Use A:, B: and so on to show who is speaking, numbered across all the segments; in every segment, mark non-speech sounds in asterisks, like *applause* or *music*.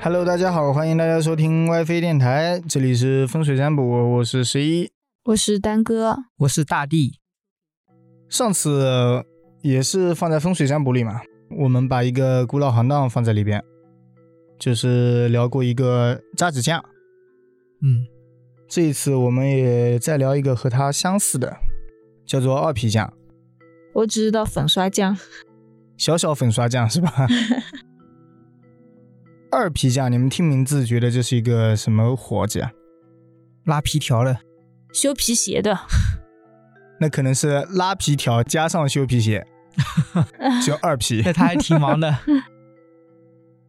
A: Hello，大家好，欢迎大家收听 WiFi 电台，这里是风水占卜，我是十一。
B: 我是丹哥，
C: 我是大地，
A: 上次呃也是放在风水占卜里嘛，我们把一个古老行当放在里边，就是聊过一个扎纸匠。
C: 嗯，
A: 这一次我们也再聊一个和它相似的，叫做二皮匠，
B: 我只知道粉刷匠，
A: 小小粉刷匠是
C: *laughs*
A: 吧？二皮匠，你们听名字觉得这是一个什么活计啊？
C: 拉皮条的，
B: 修皮鞋的，
A: 那可能是拉皮条加上修皮鞋，就二皮。
C: 那他还挺忙的。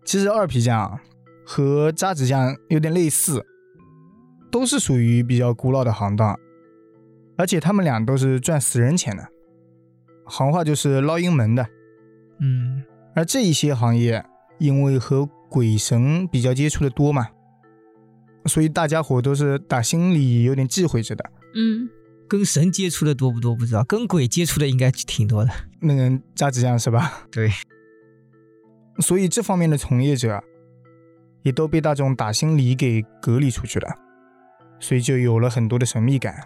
A: 其实二皮匠和扎纸匠有点类似，都是属于比较古老的行当，而且他们俩都是赚死人钱的，行话就是捞阴门的。
C: 嗯，
A: 而这一些行业，因为和鬼神比较接触的多嘛，所以大家伙都是打心里有点忌讳着的。
B: 嗯，
C: 跟神接触的多不多不知道，跟鬼接触的应该挺多的。
A: 那个扎纸匠是吧？
C: 对，
A: 所以这方面的从业者啊也都被大众打心里给隔离出去了，所以就有了很多的神秘感。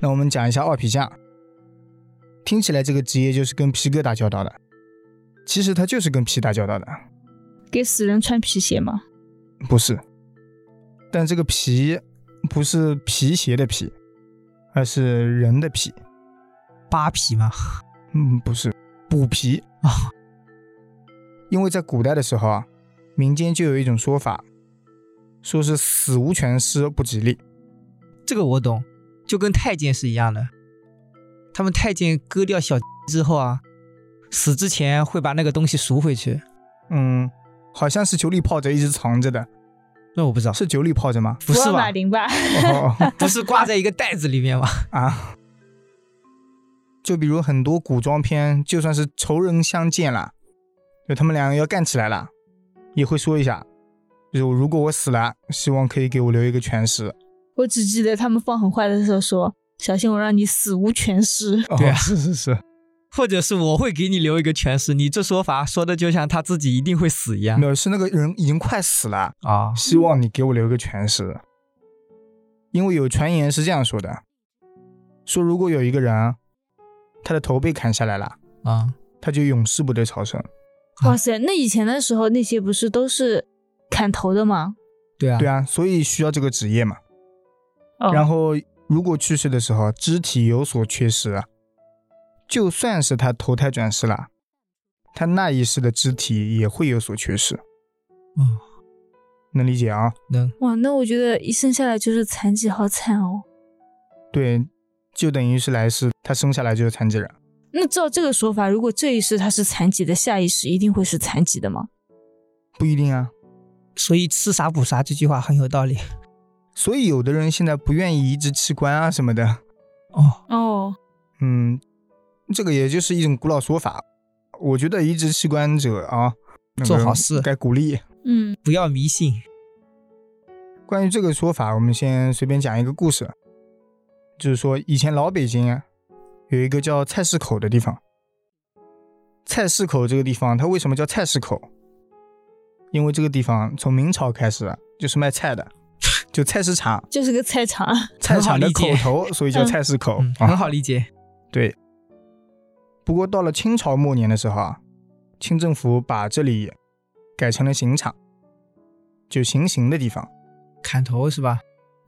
A: 那我们讲一下二皮匠，听起来这个职业就是跟皮哥打交道的，其实他就是跟皮打交道的，
B: 给死人穿皮鞋吗？
A: 不是。但这个皮不是皮鞋的皮，而是人的皮。
C: 扒皮嘛，
A: 嗯，不是补皮
C: 啊，
A: *laughs* 因为在古代的时候啊，民间就有一种说法，说是死无全尸不吉利。
C: 这个我懂，就跟太监是一样的。他们太监割掉小之后啊，死之前会把那个东西赎回去。
A: 嗯，好像是酒里泡着，一直藏着的，
C: 那我不知道，
A: 是酒里泡着吗？ *laughs*
C: 不是
B: 福尔
C: 吧
B: 马？林吧？
A: 哦哦
C: 不是挂在一个袋子里面吗？ *laughs*
A: 啊，就比如很多古装片，就算是仇人相见了，就他们两个要干起来了，也会说一下，就是我如果我死了，希望可以给我留一个全尸。
B: 我只记得他们放狠话的时候说：“小心我让你死无全尸。
A: 哦
C: 对啊
A: 是是是，
C: 或者是我会给你留一个全尸？你这说法说的就像他自己一定会死一样
A: 没有，是那个人已经快死了。
C: 啊。
A: 希望你给我留个全尸，因为有传言是这样说的：说如果有一个人，啊他的头被砍下来了，
C: 啊，
A: 他就永世不得超生。”
B: 哇塞，那以前的时候那些不是都是砍头的吗？
C: 对啊，
A: 对啊，所以需要这个职业嘛。
B: 哦、
A: 然后如果去世的时候肢体有所缺失，啊就算是他投胎转世了，他那一世的肢体也会有所缺失，
C: 嗯，
A: 能理解啊？
C: 能
B: 哇，那我觉得一生下来就是残疾，好惨哦。
A: 对，就等于是来世他生下来就是残疾人。
B: 那照这个说法，如果这一世他是残疾的，下一世一定会是残疾的吗？
A: 不一定啊，
C: 所以吃啥补啥这句话很有道理
A: 所以有的人现在不愿意移植器官啊什么的，
C: 哦。
B: 哦，
A: 嗯，这个也就是一种古老说法。我觉得移植器官者啊，那个
C: 做好事
A: 该鼓励。
B: 嗯，
C: 不要迷信，
A: 关于这个说法，我们先随便讲一个故事，就是说以前老北京啊，有一个叫菜市口的地方。菜市口这个地方，它为什么叫菜市口？因为这个地方从明朝开始啊就是卖菜的，就菜市场，
B: 就是个菜场。啊
A: 菜场的
C: 很好理
A: 口
C: 解
A: 头，所以叫
B: 嗯
A: 菜市口
C: 嗯，。
A: 啊
C: 很好理解。
A: 对。不过到了清朝末年的时候啊，清政府把这里改成了刑场，就行刑的地方，
C: 砍头是吧？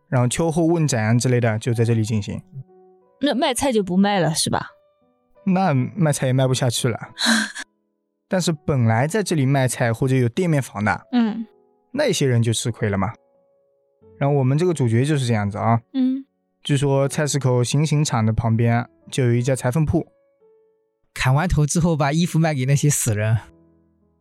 A: 然后秋后问斩啊之类的就在这里进行。
B: *laughs* 那卖菜就不卖了是吧？
A: 那卖菜也卖不下去了，但是本来在这里卖菜或者有店面房的
B: 嗯
A: 那些人就吃亏了嘛。然后我们这个主角就是这样子啊，
B: 嗯，
A: 据说菜市口行刑场的旁边就有一家裁缝铺，
C: 砍完头之后，把衣服卖给那些死人。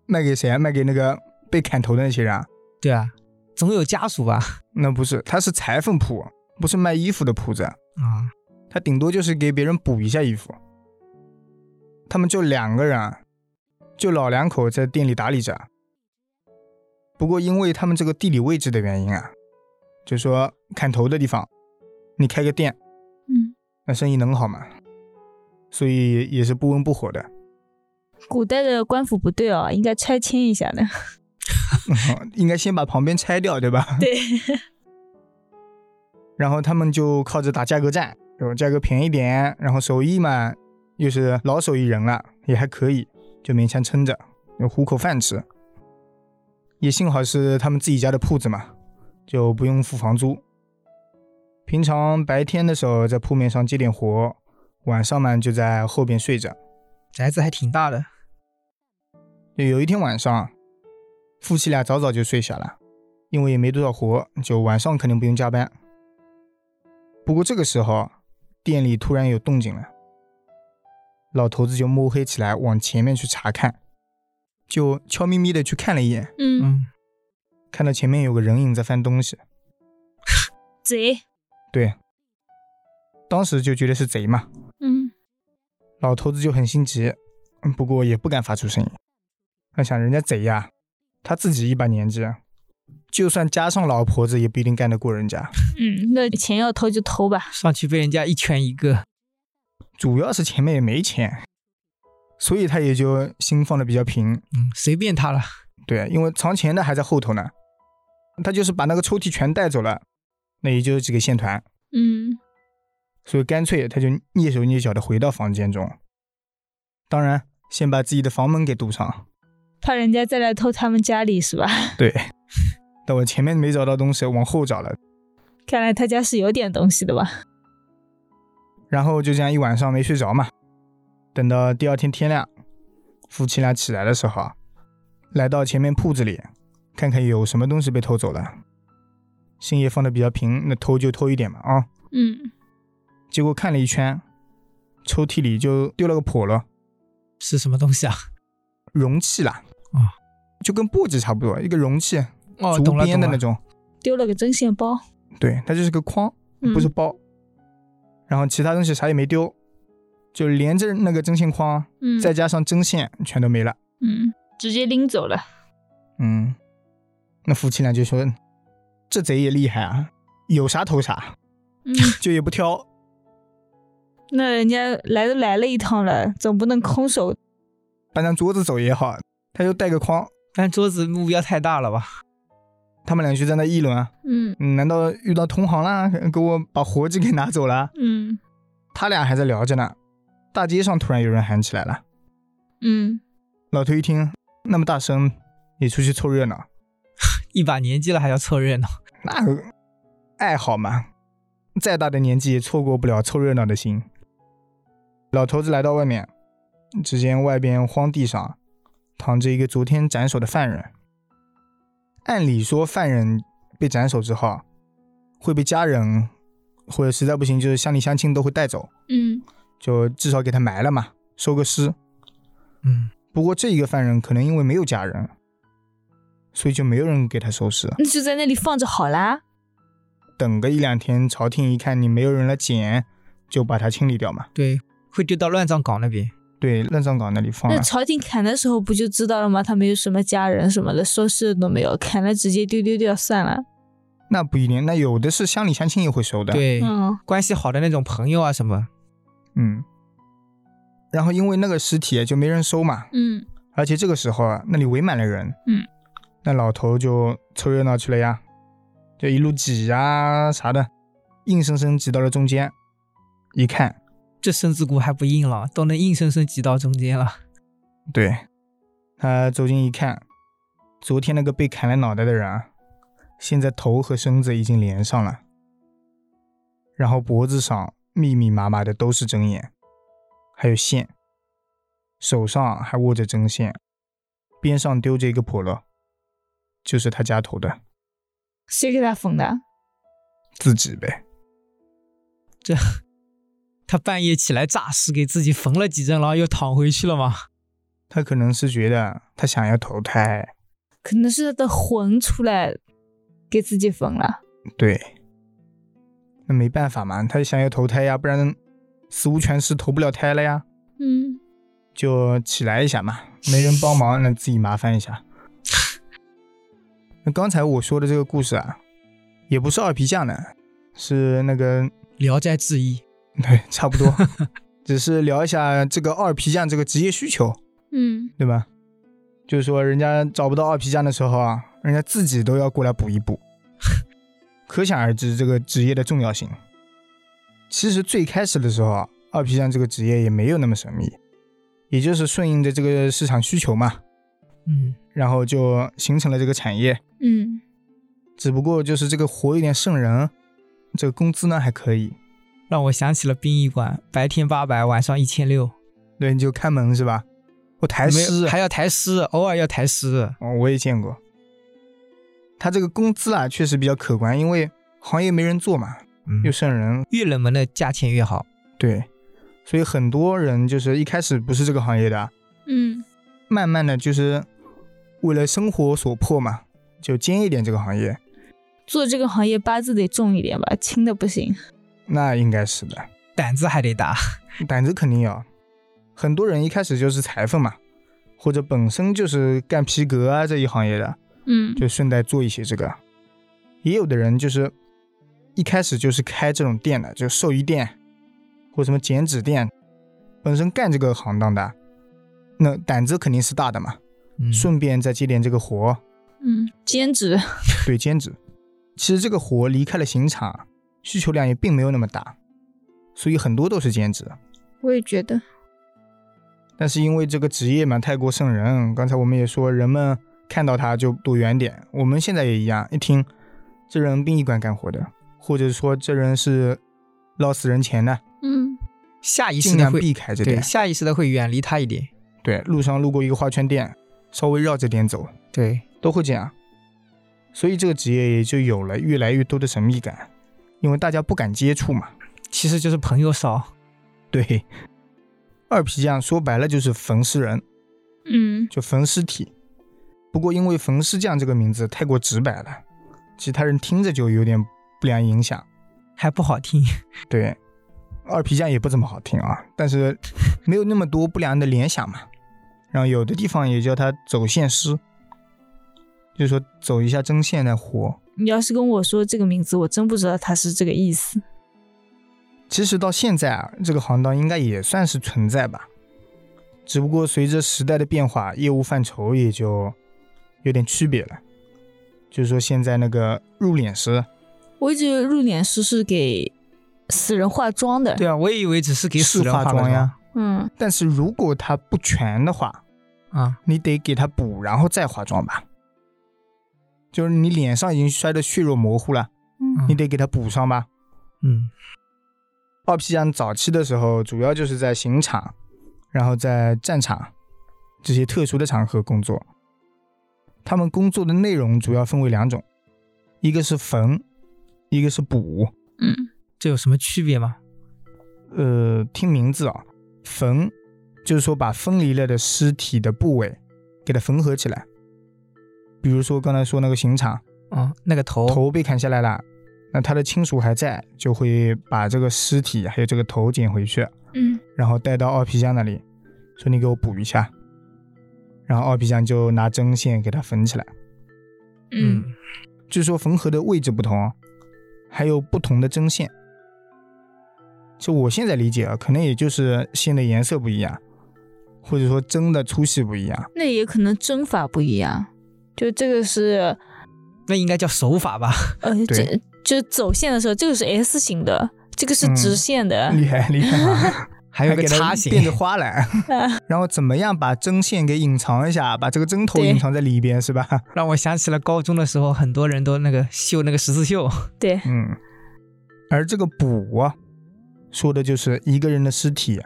A: 卖给谁啊？卖给那个被砍头的那些人啊？
C: 对啊，总有家属吧？
A: 那不是，他是裁缝铺，不是卖衣服的铺子，
C: 啊，
A: 他顶多就是给别人补一下衣服。他们就两个人，啊就老两口在店里打理着。不过因为他们这个地理位置的原因啊，就说砍头的地方，你开个店，
B: 嗯，
A: 那生意能好吗？所以也是不温不火的。
B: 古代的官府不对哦，应该拆迁一下的。
A: *laughs* 应该先把旁边拆掉，对吧？
B: 对，
A: *laughs* 然后他们就靠着打价格战，有价格便宜点，然后手艺嘛又是老手艺人了，也还可以，就勉强撑着，有糊口饭吃。也幸好是他们自己家的铺子嘛，就不用付房租。平常白天的时候在铺面上接点活，晚上嘛就在后边睡着。
C: 宅子还挺大的，
A: 就有一天晚上，夫妻俩早早就睡下了，因为也没多少活，就晚上肯定不用加班。不过这个时候，店里突然有动静了，老头子就摸黑起来往前面去查看，就悄咪咪的去看了一眼，
B: *laughs* 嗯，
C: 嗯，
A: 看到前面有个人影在翻东西，
B: 贼，
A: 对，当时就觉得是贼嘛，
B: 嗯
A: 老头子就很心急，嗯不过也不敢发出声音。他想，人家贼呀、他自己一把年纪，啊就算加上老婆子，也不一定干得过人家。
B: 嗯，那钱要偷就偷吧，
C: 上去被人家一拳一个，
A: 主要是前面也没钱，所以他也就心放的比较平。
C: 嗯，随便他了，
A: 对，啊因为藏钱的还在后头呢，他就是把那个抽屉全带走了，那也就是几个线团，
B: 嗯
A: 所以干脆他就蹑手蹑脚的回到房间中。当然，先把自己的房门给堵上。
B: 怕人家再来偷他们家里是吧？ *laughs*
A: 对，但我前面没找到东西，往后找了。
B: 看来他家是有点东西的吧？
A: 然后就这样一晚上没睡着嘛。等到第二天天亮，夫妻俩起来的时候啊，来到前面铺子里，看看有什么东西被偷走了。心也放的比较平，那偷就偷一点嘛啊。
B: 嗯，
A: 结果看了一圈，抽屉里就丢了个笸箩，
C: 是什么东西啊？
A: 容器啦，
C: 啊，
A: 就跟簸箕差不多，一个容器，
C: 哦，
A: 竹
C: 懂了，
A: 编
C: 懂
A: 的那
C: 了，
A: 种，
B: 丢了个针线包，
A: 对，它就是个筐，
B: 嗯
A: 不是包。然后其他东西啥也没丢，就连着那个针线筐，啊
B: 嗯
A: 再加上针线，全都没了。
B: 嗯，直接拎走了，
A: 嗯，那夫妻俩就说：“这贼也厉害啊，有啥偷啥，
B: 嗯，
A: 就也不挑。
B: *laughs* 那人家来都来了一趟了，总不能空手，
A: 搬张桌子走也好，他就带个筐。
C: 但桌子目标太大了吧？
A: 他们俩就在那议论啊，
B: 嗯
A: 嗯难道遇到同行啦？给我把活计给拿走了？
B: 嗯
A: 他俩还在聊着呢，大街上突然有人喊起来了。
B: 嗯，
A: 老头一听那么大声，也出去凑热闹，
C: 一把年纪了还要凑热闹，
A: 那爱好嘛，再大的年纪也错过不了凑热闹的心。老头子来到外面，只见外边荒地上躺着一个昨天斩首的犯人。按理说，犯人被斩首之后，会被家人或者实在不行就是乡里乡亲都会带走，
B: 嗯
A: 就至少给他埋了嘛，收个尸。
C: 嗯，
A: 不过这一个犯人可能因为没有家人，所以就没有人给他收尸。
B: 那就在那里放着好啦。
A: 等个一两天，朝廷一看你没有人来捡，就把它清理掉嘛。
C: 对，会丢到乱葬岗那边，
A: 对，乱葬岗那里放啊
B: 那
A: 了。
B: 朝廷砍的时候不就知道了吗？他没有什么家人什么的，收拾都没有，砍了直接丢丢掉算了。
A: 那不一定，那有的是乡里乡亲也会收的。，
C: 对，啊
B: 嗯
C: 关系好的那种朋友啊什么，
A: 嗯。然后因为那个尸体啊就没人收嘛，
B: 嗯
A: 而且这个时候啊，那里围满了人。
B: 嗯。
A: 那老头就凑热闹去了呀，就一路挤呀、啥的，硬生生挤到了中间。一看，
C: 这身子骨还不硬了，都能硬生生挤到中间了，
A: 对，他走近一看，昨天那个被砍了脑袋的人啊，现在头和身子已经连上了，然后脖子上密密麻麻的都是针眼，还有线，手上还握着针线，边上丢着一个笸箩，就是他家头的
B: 谁给他缝的？
A: 自己呗。
C: 他半夜起来诈尸，给自己缝了几针，然后又躺回去了嘛。
A: 他可能是觉得他想要投胎，
B: 可能是他的魂出来给自己缝了。
A: 对，那没办法嘛，他想要投胎呀，不然死无全尸，投不了胎了呀。
B: 嗯，
A: 就起来一下嘛，没人帮忙，那自己麻烦一下。 *laughs* 那刚才我说的这个故事啊，也不是二皮匠的，是那个 *laughs*
C: 《聊斋志异》
A: 对，差不多，只是聊一下这个二皮匠这个职业需求，
B: 嗯
A: 对吧？就是说人家找不到二皮匠的时候啊，人家自己都要过来补一补，
C: *laughs*
A: 可想而知这个职业的重要性。其实最开始的时候啊，二皮匠这个职业也没有那么神秘，也就是顺应着这个市场需求嘛，
C: 嗯，
A: 然后就形成了这个产业。
B: 嗯
A: 只不过就是这个活有点瘆人，这个工资呢还可以。
C: 让我想起了殡仪馆，白天八百，晚上一千六，
A: 对，你就看门是吧？我抬
C: 没有
A: 尸，
C: 还要抬尸，偶尔要抬尸。
A: 哦，我也见过。他这个工资啊，确实比较可观，因为行业没人做嘛，
C: 嗯
A: 又，瘆人，
C: 越冷门的价钱越好。
A: 对，所以很多人就是一开始不是这个行业的，啊
B: 嗯
A: 慢慢的就是为了生活所迫嘛，就兼一点这个行业，
B: 做这个行业八字得重一点吧，轻的不行。
A: 那应该是的。
C: 胆子还得
A: *laughs*
C: 大，
A: 胆子肯定要。很多人一开始就是裁缝嘛，或者本身就是干皮革啊这一行业的，
B: 嗯
A: 就顺带做一些这个。也有的人就是一开始就是开这种店的，就寿衣店或什么剪纸店，本身干这个行当的，那胆子肯定是大的嘛。
C: 嗯
A: 顺便再接点这个活，
B: 嗯，兼职。
A: 对兼职。其实这个活离开了刑场，需求量也并没有那么大，所以很多都是兼职。
B: 我也觉得，
A: 但是因为这个职业嘛，太过圣人，刚才我们也说，人们看到他就躲远点。我们现在也一样，一听这人殡仪馆干活的，或者说这人是捞死人钱的，
B: 嗯
C: 下意识
A: 尽
C: 的
A: 量
C: 会
A: 避开这
C: 对
A: 点。
C: 下意识的会远离他一点。
A: 对，路上路过一个花圈店，稍微绕着点走，
C: 对，
A: 都会这样。所以这个职业也就有了越来越多的神秘感，因为大家不敢接触嘛。
C: 其实就是朋友少。
A: 对，二皮匠说白了就是焚尸人。
B: 嗯
A: 就焚尸体。不过因为“焚尸匠”这个名字太过直白了，其他人听着就有点不良影响。
C: 还不
A: *laughs*
C: 好听，
A: 对，二皮匠也不怎么好听啊，但是没有那么多不良的联想嘛。然后有的地方也叫它走线师，就是说走一下针线的活。
B: 你要是跟我说这个名字，我真不知道它是这个意思。
A: 其实到现在啊，这个行当应该也算是存在吧，只不过随着时代的变化，业务范畴也就有点区别了。就是说现在那个入殓师，
B: 我一直以为入殓师是给死人化妆的。
C: 对啊，我也以为只是给死人
A: 是化
C: 个
A: 妆呀
B: 嗯
A: 但是如果它不全的话，
C: 妆啊，
A: 你得给它补，然后再化妆吧。就是你脸上已经摔得血肉模糊了，
B: 嗯
A: 你得给它补上吧。
C: 啊嗯，
A: 二皮匠早期的时候，主要就是在刑场，然后在战场这些特殊的场合工作。他们工作的内容主要分为两种，一个是缝，一个是补。
B: 嗯
C: 这有什么区别吗？
A: 呃，听名字啊，缝就是说把分离了的尸体的部位给它缝合起来。比如说刚才说那个刑场，
C: 啊，那个头
A: 头被砍下来了，那他的亲属还在，就会把这个尸体还有这个头捡回去，
B: 嗯
A: 然后带到二皮匠那里，说你给我补一下。然后二皮匠就拿针线给它缝起来。
B: 嗯，
A: 据说缝合的位置不同，啊还有不同的针线。就我现在理解啊，可能也就是线的颜色不一样，或者说针的粗细不一样。
B: 那也可能针法不一样，就这个是
C: 那应该叫手法吧？ *laughs*
B: 呃，这
A: 对
B: 就走线的时候，这个是 S 型的，这个是
A: 嗯
B: 直线的。
A: 厉害厉害啊，
C: *laughs* 还有个
A: 给它
C: 叉形，
A: 变着花
C: *laughs*
A: 来。然后怎么样把针线给隐藏一下，把这个针头
B: 对
A: 隐藏在里边是吧？
C: 让我想起了高中的时候，很多人都那个绣那个十字绣，
B: 对，
A: 嗯。而这个补啊，说的就是一个人的尸体，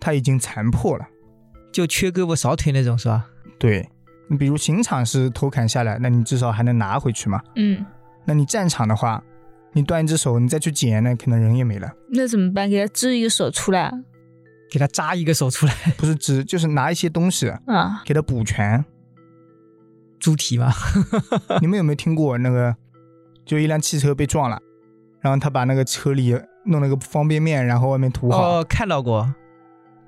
A: 它已经残破了。
C: 就缺胳膊少腿那种，是吧？
A: 对，你比如刑场是头砍下来，那你至少还能拿回去嘛。
B: 嗯，
A: 那你战场的话，你断一只手，你再去捡，那可能人也没了。
B: 那怎么办？给他支一个手出来
C: 给他扎一个手出来，
A: 不是只就是拿一些东西
B: 啊？
A: 给他补全。
C: 猪蹄嘛，
A: 你们有没有听过那个，就一辆汽车被撞了，然后他把那个车里弄了个方便面，然后外面涂好，
C: 哦，看到过，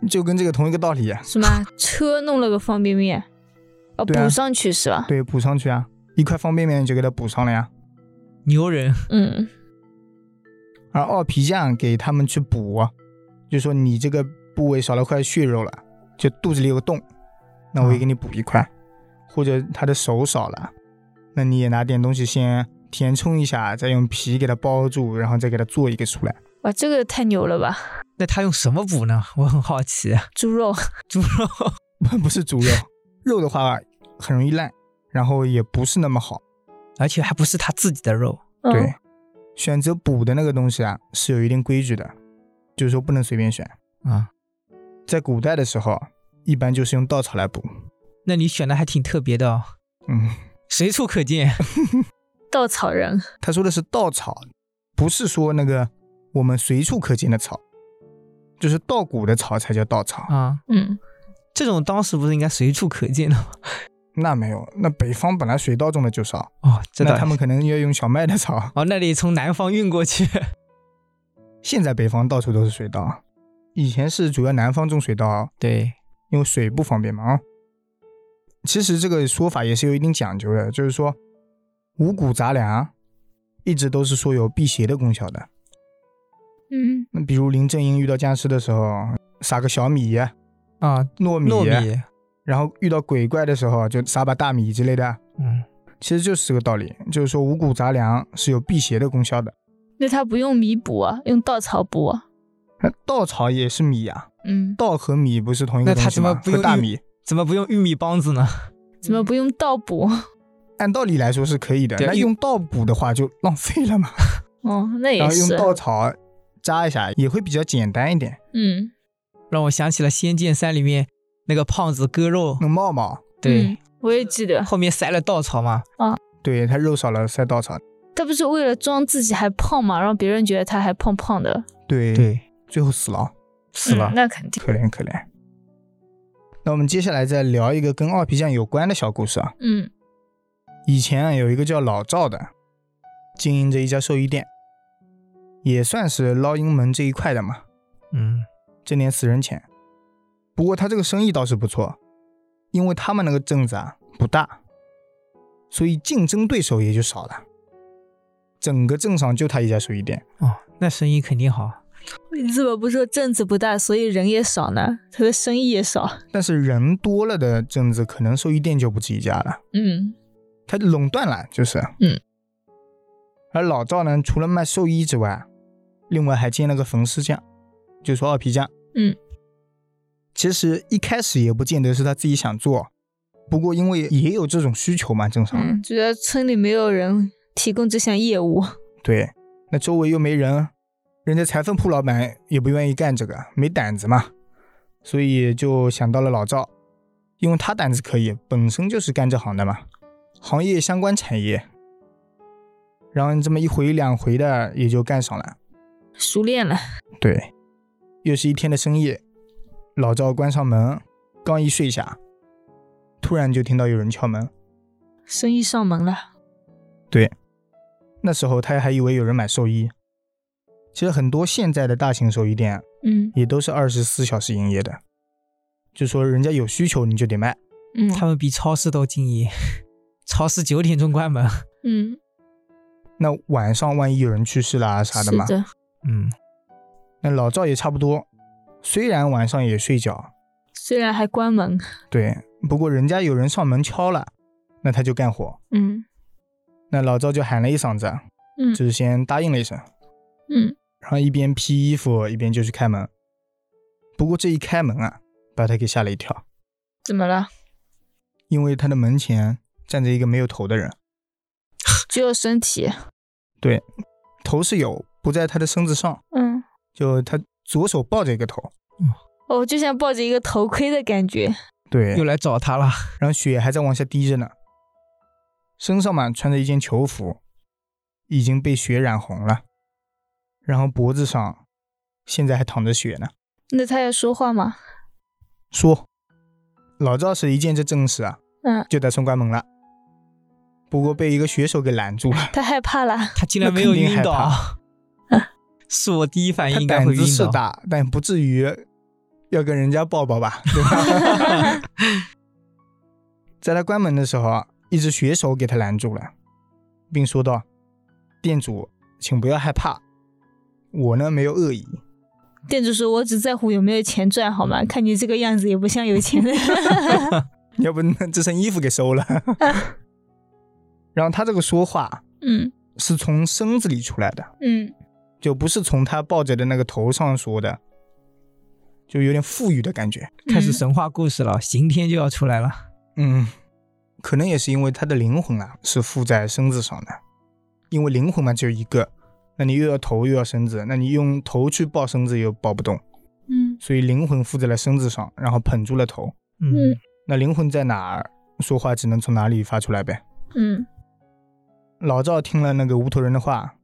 A: 就跟这个同一个道理。啊 *laughs*
B: 什么？车弄了个方便面，哦，
A: 对啊
B: 补上去是吧？
A: 对，补上去啊，一块方便面就给他补上了呀。
C: 牛 *laughs* 人，
B: 嗯
A: 而二哦皮匠给他们去啊补，就说你这个部位少了块血肉了，就肚子里有个洞，那我也给你补一块；或者他的手少了，那你也拿点东西先填充一下，再用皮给它包住，然后再给它做一个出来。
B: 哇，这个太牛了吧！
C: 那他用什么补呢？我很好奇。
B: 猪肉，
C: 猪肉
A: 不是猪肉，肉的话很容易烂，然后也不是那么好。
C: 而且还不是他自己的肉。
B: 嗯、
A: 对，选择补的那个东西啊，是有一定规矩的，就是说不能随便选。
C: 啊、
A: 在古代的时候，一般就是用稻草来补。
C: 那你选的还挺特别的哦，
A: 嗯，
C: 随处可见。
B: 稻草人，
A: 他说的是稻草，不是说那个我们随处可见的草，就是稻谷的草才叫稻草。
C: *laughs* 啊、
B: 嗯，
C: 这种当时不是应该随处可见的吗？
A: 那没有，那北方本来水稻种的就少，
C: 哦，这倒
A: 那
C: 是
A: 他们可能要用小麦的草。
C: 哦，那里从南方运过去。
A: 现在北方到处都是水稻，以前是主要南方种水稻，
C: 对，
A: 因为水不方便嘛啊。其实这个说法也是有一定讲究的，就是说五谷杂粮一直都是说有辟邪的功效的。
B: 嗯，
A: 那比如林正英遇到僵尸的时候，撒个小米、
C: 啊，
A: 糯米，
C: *laughs* 糯米，
A: 然后遇到鬼怪的时候啊就撒把大米之类的，啊
C: 嗯，
A: 其实就是这个道理，就是说五谷杂粮是有辟邪的功效的。
B: *laughs* 那他不用米补啊，用稻草补啊。
A: 那稻草也是米啊，
B: 嗯，
A: 稻和米不是同一个
C: 那他
A: 东西
C: 怎
A: 吗
C: 么？不
A: 和
C: 用
A: 大
C: 玉
A: 米，
C: 怎么不用玉米帮子呢？
B: 怎么不用稻补？
A: 按道理来说是可以的，
C: 对
A: 那
C: 玉
A: 用稻补的话就浪费了嘛，
B: 哦，
A: 然
B: 那也
A: 后用
B: 是。
A: 稻草扎一下也会比较简单一点。
B: 嗯，
C: 让我想起了《仙剑三》里面那个胖子割肉，
A: 那茂茂，
C: 对
B: 嗯，我也记得，
C: 后面塞了稻草嘛。
A: 对他肉少了塞稻草，
B: 他不是为了装自己还胖嘛，让别人觉得他还胖胖的。
A: 对，
C: 对，
A: 最后死了，
C: 是吧
B: 嗯？那肯定。
A: 可怜可怜。那我们接下来再聊一个跟二皮酱有关的小故事啊。
B: 嗯
A: 以前啊有一个叫老赵的，经营着一家寿衣店，也算是捞阴门这一块的嘛，
C: 嗯，
A: 挣点死人钱。不过他这个生意倒是不错，因为他们那个镇子啊不大，所以竞争对手也就少了。整个镇上就他一家寿衣店，
C: 哦，那生意肯定好。
B: 你怎么不说镇子不大，所以人也少呢？他的生意也少。
A: 但是人多了的镇子，可能寿衣店就不止一家了，
B: 嗯
A: 他垄断了，就是。
B: 嗯。
A: 而老赵呢，除了卖寿衣之外，另外还兼了个缝丝匠，就说二皮匠。
B: 嗯，
A: 其实一开始也不见得是他自己想做，不过因为也有这种需求嘛，正常。
B: *laughs* 嗯，觉得村里没有人提供这项业务。
A: 对，那周围又没人，人家裁缝铺老板也不愿意干这个，没胆子嘛，所以就想到了老赵，因为他胆子可以，本身就是干这行的嘛，行业相关产业，然后这么一回两回的也就干上了。
B: 熟练了，
A: 对，又是一天的深夜，老赵关上门，刚一睡下，突然就听到有人敲门。
B: 生意上门了。
A: 那时候他还以为有人买寿衣，其实很多现在的大型寿衣店啊
B: 嗯
A: 也都是二十四小时营业的，就说人家有需求你就得卖。
B: 嗯
C: 他们比超市都敬业， *laughs* 超市九点钟关门。
B: 嗯，
A: 那晚上万一有人去世啦、啥的
B: 是
A: 嘛，
B: 的，
C: 嗯，
A: 那老赵也差不多。虽然晚上也睡觉，
B: 虽然还关门。
A: 对，不过人家有人上门敲了，那他就干活。
B: 嗯
A: 那老赵就喊了一嗓子，
B: 嗯
A: 就是先答应了一声，
B: 嗯，
A: 然后一边披衣服一边就去开门。不过这一开门啊，把他给吓了一跳，
B: 怎么了？
A: 因为他的门前站着一个没有头的人，
B: 只有身体。
A: 头是有，不在他的身子上，
B: 嗯，
A: 就他左手抱着一个头，
B: 哦，就像抱着一个头盔的感觉。
A: 对，
C: 又来找他了。
A: 然后血还在往下滴着呢。身上嘛穿着一件囚服，已经被血染红了，然后脖子上现在还淌着血呢。
B: 那他要说话吗？
A: 说，老赵是一见这阵势啊，
B: 嗯，
A: 就打算关门了，不过被一个血手给拦住了。
B: 他害怕了。
C: 他竟然没
A: 那
C: 有
A: 肯定
C: 晕
A: 害
C: 倒
A: 怕，
C: *laughs* 是我第一反应
A: 他
C: 应该
A: 胆
C: 会
A: 子
C: 晕哦
A: 是
C: 倒。
A: 大，但不至于要跟人家抱抱吧，对吧？ *laughs* 在他关门的时候啊，一只血手给他拦住了，并说道：“店主，请不要害怕，我呢没有恶意。
B: 店主说：“我只在乎有没有钱赚，好吗？看你这个样子也不像有钱的。”
A: 要不那这身衣服给收了。然后他这个说话
B: *laughs* 嗯
A: 是从身子里出来的，
B: 嗯
A: 就不是从他抱着的那个头上说的，就有点富裕的感觉。
C: 开始神话故事了，刑天就要出来了。
A: 嗯，可能也是因为他的灵魂啊是附在身子上的，因为灵魂嘛只有一个，那你又要头又要身子，那你用头去抱身子又抱不动，
B: 嗯
A: 所以灵魂附在了身子上，然后捧住了头。
B: 嗯
A: 那灵魂在哪儿，说话只能从哪里发出来呗。
B: 嗯
A: 老赵听了那个无头人的话，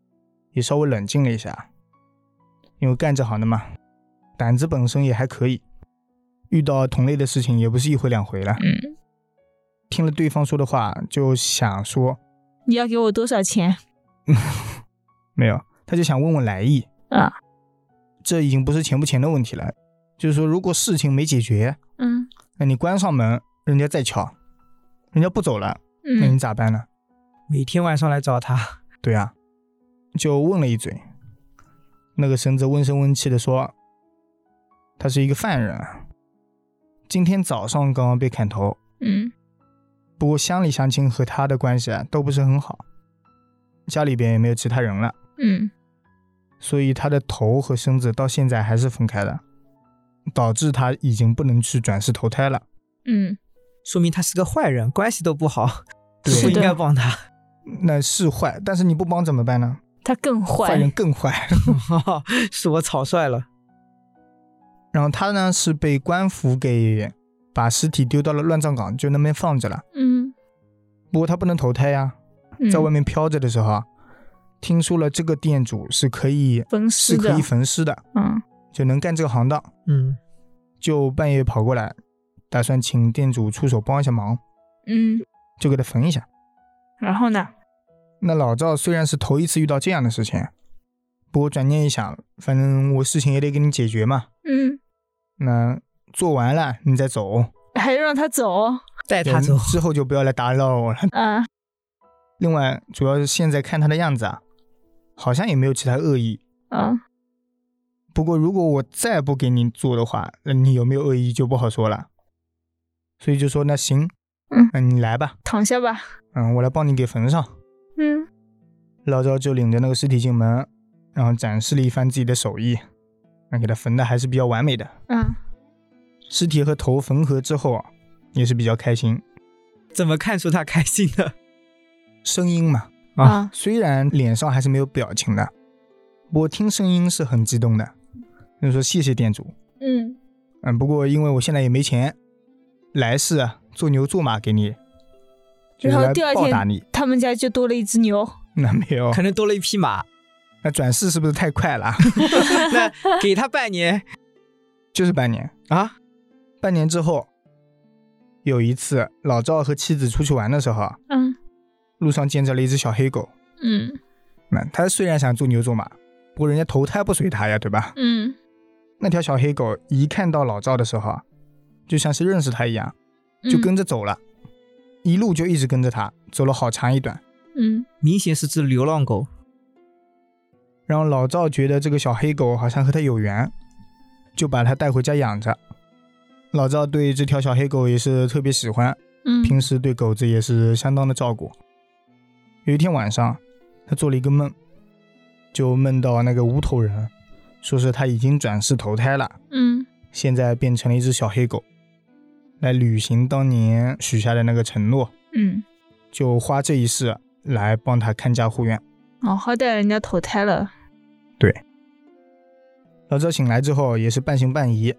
A: 也稍微冷静了一下，因为干这行的嘛，胆子本身也还可以，遇到同类的事情也不是一回两回了。
B: 嗯，
A: 听了对方说的话，就想说
B: 你要给我多少钱
A: 没有，他就想问问来意。
B: 啊？
A: 这已经不是钱不钱的问题了，就是说，如果事情没解决，
B: 嗯
A: 那你关上门，人家再敲，人家不走了，那你
B: 嗯
A: 咋办呢？
C: 每天晚上来找他，
A: 对啊，就问了一嘴。那个绳子温声温气的说：“他是一个犯人，啊今天早上刚刚被砍头。
B: 嗯
A: 不过乡里乡亲和他的关系啊都不是很好，家里边也没有其他人了，
B: 嗯
A: 所以他的头和身子到现在还是分开的，导致他已经不能去转世投胎了。
B: 嗯
C: 说明他是个坏人，关系都不好，
A: 对
C: 不
B: 是
C: 应
B: 的
C: 该帮他。 *laughs*
A: 那是坏，但是你不帮怎么办呢？
B: 他更
A: 坏人
B: 坏。
A: 更坏。 *laughs*
C: 是我草率了。
A: 然后他呢是被官府给把尸体丢到了乱葬岗，就那边放着了。”
B: 嗯，
A: 不过他不能投胎呀、
B: 嗯
A: 在外面飘着的时候啊，听说了这个店主是可以
B: 分
A: 是
B: 尸
A: 可
B: 的
A: 以。焚尸的，
B: 嗯
A: 就能干这个行当，
C: 嗯，
A: 就半夜跑过来，打算请店主出手帮一下忙，
B: 嗯，
A: 就给他焚一下。
B: 然后呢？
A: 那老赵虽然是头一次遇到这样的事情，不过转念一想，反正我事情也得给你解决嘛，
B: 嗯，
A: 那做完了你再走，
B: 还要让他走哦
C: 带他
A: 就。
C: 走
A: 之后就不要来打扰我了。 *laughs*
B: 啊？
A: 另外，主要是现在看他的样子啊，好像也没有其他恶意，
B: 嗯
A: 不过如果我再不给你做的话，那你有没有恶意就不好说了。所以就说那行，
B: 嗯
A: 那你来吧，
B: 躺下吧。
A: 嗯，我来帮你给缝上。
B: 嗯
A: 老赵就领着那个尸体进门，然后展示了一番自己的手艺，那给他缝的还是比较完美的。
B: 嗯
A: 尸体和头缝合之后啊，也是比较开心，
C: 怎么看出他开心的？
A: 声音嘛，
C: 啊
B: 啊
A: 虽然脸上还是没有表情的，不过听声音是很激动的，就说谢谢店主，
B: 嗯
A: 嗯，不过因为我现在也没钱，来世啊做牛做马给你，就是
B: 然后
A: 来
B: 第二
A: 报
B: 天
A: 答你。
B: 他们家就多了一只牛。
A: 那没有，
C: 可能多了一
B: *laughs*
C: 匹马，
A: 那转世是不是太快了？啊
C: 那给他半年
A: *laughs* 就是半年，
C: 啊？
A: 半年之后，有一次老赵和妻子出去玩的时候啊，
B: 嗯
A: 路上见着了一只小黑狗。
B: 嗯
A: 那他虽然想做牛做马，不过人家投胎不随他呀，对吧？
B: 嗯
A: 那条小黑狗一看到老赵的时候啊，就像是认识他一样，
B: 嗯，
A: 就跟着走了，一路就一直跟着他，走了好长一段。
B: 嗯
C: 明显是只流浪狗。
A: 然后老赵觉得这个小黑狗好像和他有缘，就把它带回家养着。老赵对这条小黑狗也是特别喜欢，
B: 嗯
A: 平时对狗子也是相当的照顾。有一天晚上，他做了一个梦，就梦到那个无头人，说是他已经转世投胎了，
B: 嗯
A: 现在变成了一只小黑狗，来履行当年许下的那个承诺，
B: 嗯
A: 就花这一世来帮他看家护院。
B: 哦，好歹人家投胎了。
A: 老赵醒来之后也是半信半疑，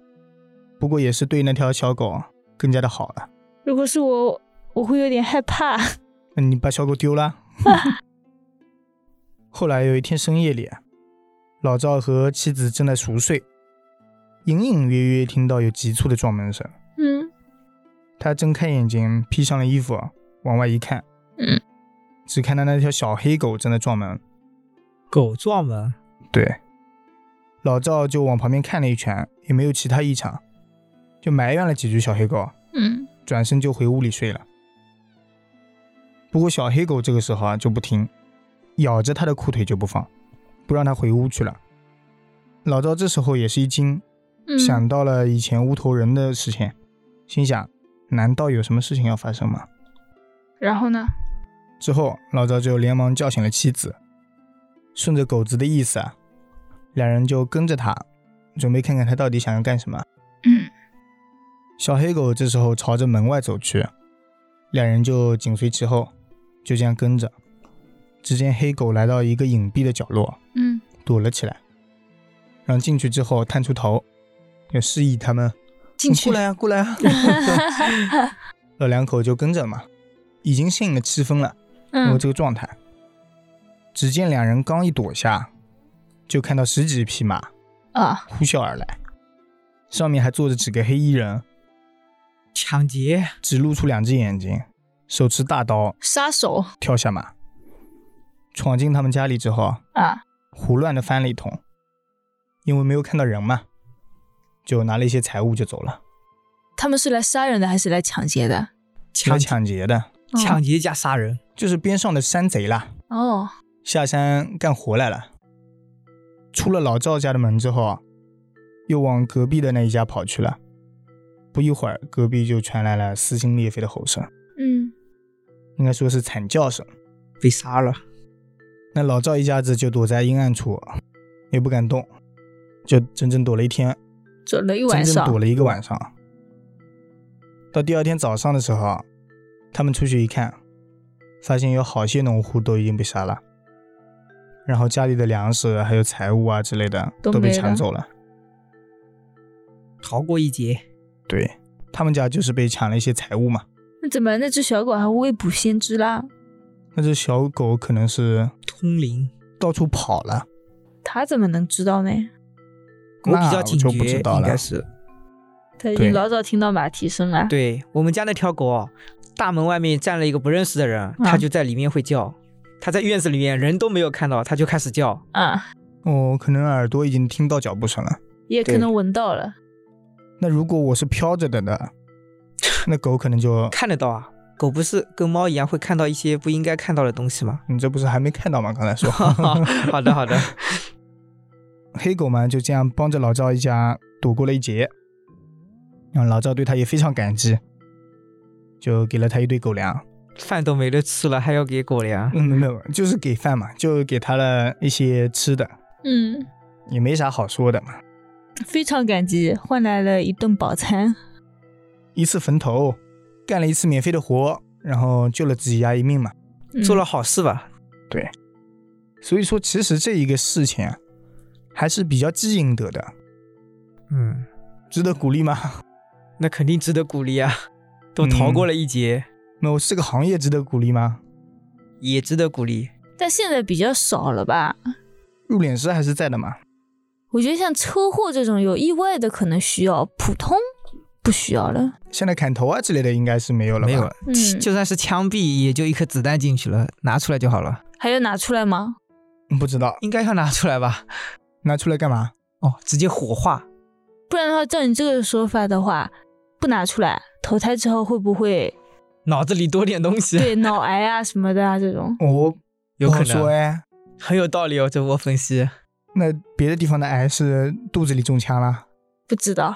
A: 不过也是对那条小狗更加的好了。
B: 如果是我，我会有点害怕。
A: 那你把小狗丢了？ *laughs* 后来有一天深夜里，老赵和妻子正在熟睡，隐隐约约听到有急促的撞门声。
B: 嗯
A: 他睁开眼睛，披上了衣服，往外一看，
B: 嗯，
A: 只看到那条小黑狗正在撞门。
C: 狗撞门，
A: 对，老赵就往旁边看了一圈，也没有其他异常，就埋怨了几句小黑狗。
B: 嗯
A: 转身就回屋里睡了。不过小黑狗这个时候啊就不听，咬着他的裤腿就不放，不让他回屋去了。老赵这时候也是一惊，
B: 嗯
A: 想到了以前无头人的事情，心想难道有什么事情要发生吗？
B: 然后呢？
A: 之后，老赵就连忙叫醒了妻子，顺着狗子的意思啊，两人就跟着他，准备看看他到底想要干什么。
B: 嗯，
A: 小黑狗这时候朝着门外走去，两人就紧随其后，就这样跟着。只见黑狗来到一个隐蔽的角落，
B: 嗯
A: 躲了起来，然后进去之后探出头，也示意他们
C: 进去
A: 过来啊，过来啊。
C: *laughs*
A: *laughs* 老两口就跟着嘛，已经现了七分了。然后
B: *laughs* 嗯
A: 这个状态。只见两人刚一躲下，就看到十几匹马
B: 啊，
A: 呼啸而来，上面还坐着几个黑衣人，
C: 抢劫，
A: 只露出两只眼睛，手持大刀
B: 杀手
A: 跳下马，闯进他们家里之后，
B: 啊，
A: 胡乱的翻了一通，因为没有看到人嘛，就拿了一些财物就走了，
B: 他们是来杀人的还是来抢劫的？
A: 来
C: 抢
A: 抢劫的，
C: 抢劫加杀人，
A: 就是边上的山贼啦。
B: 哦，
A: 下山干活来了。出了老赵家的门之后啊，又往隔壁的那一家跑去了。不一会儿，隔壁就传来了撕心裂肺的吼声，
B: 嗯，
A: 应该说是惨叫声。
C: 被杀了。
A: 那老赵一家子就躲在阴暗处，也不敢动，就整整躲了一天，
B: 走了一
A: 整
B: 晚
A: 整
B: 上
A: 躲，了一个晚上。到第二天早上的时候啊，他们出去一看，发现有好些农户都已经被杀了，然后家里的粮食还有财物啊之类的
B: 都
A: 都被
B: 没
A: 抢
B: 了
A: 走了。
C: 逃过一劫，
A: 对他们家就是被抢了一些财物嘛。
B: 那怎么那只小狗还未卜先知啦？
A: 那只小狗可能是
C: 通灵。
A: 到处跑了，
B: 它怎么能知道呢？
C: 我比
A: 那
C: 较警
A: 就不
C: 觉，
A: 知道
C: 应
A: 了
C: 该。是
B: 它已
A: 对
B: 经老早听到马蹄声了。
C: 对我们家那条狗哦，大门外面站了一个不认识的人，它就在里面会叫。它在院子里面人都没有看到，它就开始叫。
B: 啊，
A: 哦，可能耳朵已经听到脚步声了。
B: 也可
C: 对
B: 能闻到了。
A: 那如果我是飘着的呢？ *laughs* 那狗可能就
C: 看得到啊，狗不是跟猫一样会看到一些不应该看到的东西吗？ *laughs*
A: 你嗯这不是还没看到吗？刚才说
C: 好的，好的。
A: 黑狗嘛，就这样帮着老赵一家躲过了一劫。嗯，老赵对他也非常感激，就给了他一堆狗粮。
C: 饭都没得吃了，还要给狗粮，
A: 嗯，没有，没有就是给饭嘛，就给他了一些吃的，
B: 嗯，
A: 也没啥好说的嘛。
B: 非常感激，换来了一顿饱餐。
A: 一次坟头，干了一次免费的活，然后救了自己家一命嘛。
B: 嗯
C: 做了好事吧？
A: 所以说，其实这一个事情啊，还是比较积阴德的，
C: 嗯，
A: 值得鼓励吗？
C: 那肯定值得鼓励啊！都逃
A: 嗯
C: 过了一劫，
A: 那我这个行业值得鼓励吗？
C: 也值得鼓励。
B: 但现在比较少了吧？
A: 入殓师还是在的嘛。
B: 我觉得像车祸这种有意外的可能需要，普通不需要了。
A: 现在砍头啊之类的应该是没有了吧？
C: 没有，
B: 嗯
C: 就算是枪毙，也就一颗子弹进去了，拿出来就好了。
B: 还要拿出来吗？
A: 嗯，不知道
C: 应该要拿出来吧？
A: 拿出来干嘛？
C: 哦，直接火化，
B: 不然的话，照你这个说法的话，不拿出来，投胎之后会不会
C: 脑子里多点东西，
B: 对脑癌啊什么的啊这种？
A: 我
C: 哦有
A: 不
C: 可
A: 好说
C: 能，
A: 哎。
C: 很有道理哦。这波分析，
A: 那别的地方的癌是肚子里中枪啦。
B: 不知道。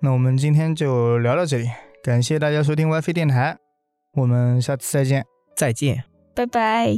A: 那我们今天就聊到这里，感谢大家收听 WiFi 电台，我们下次再见。
C: 再见。
B: 拜拜。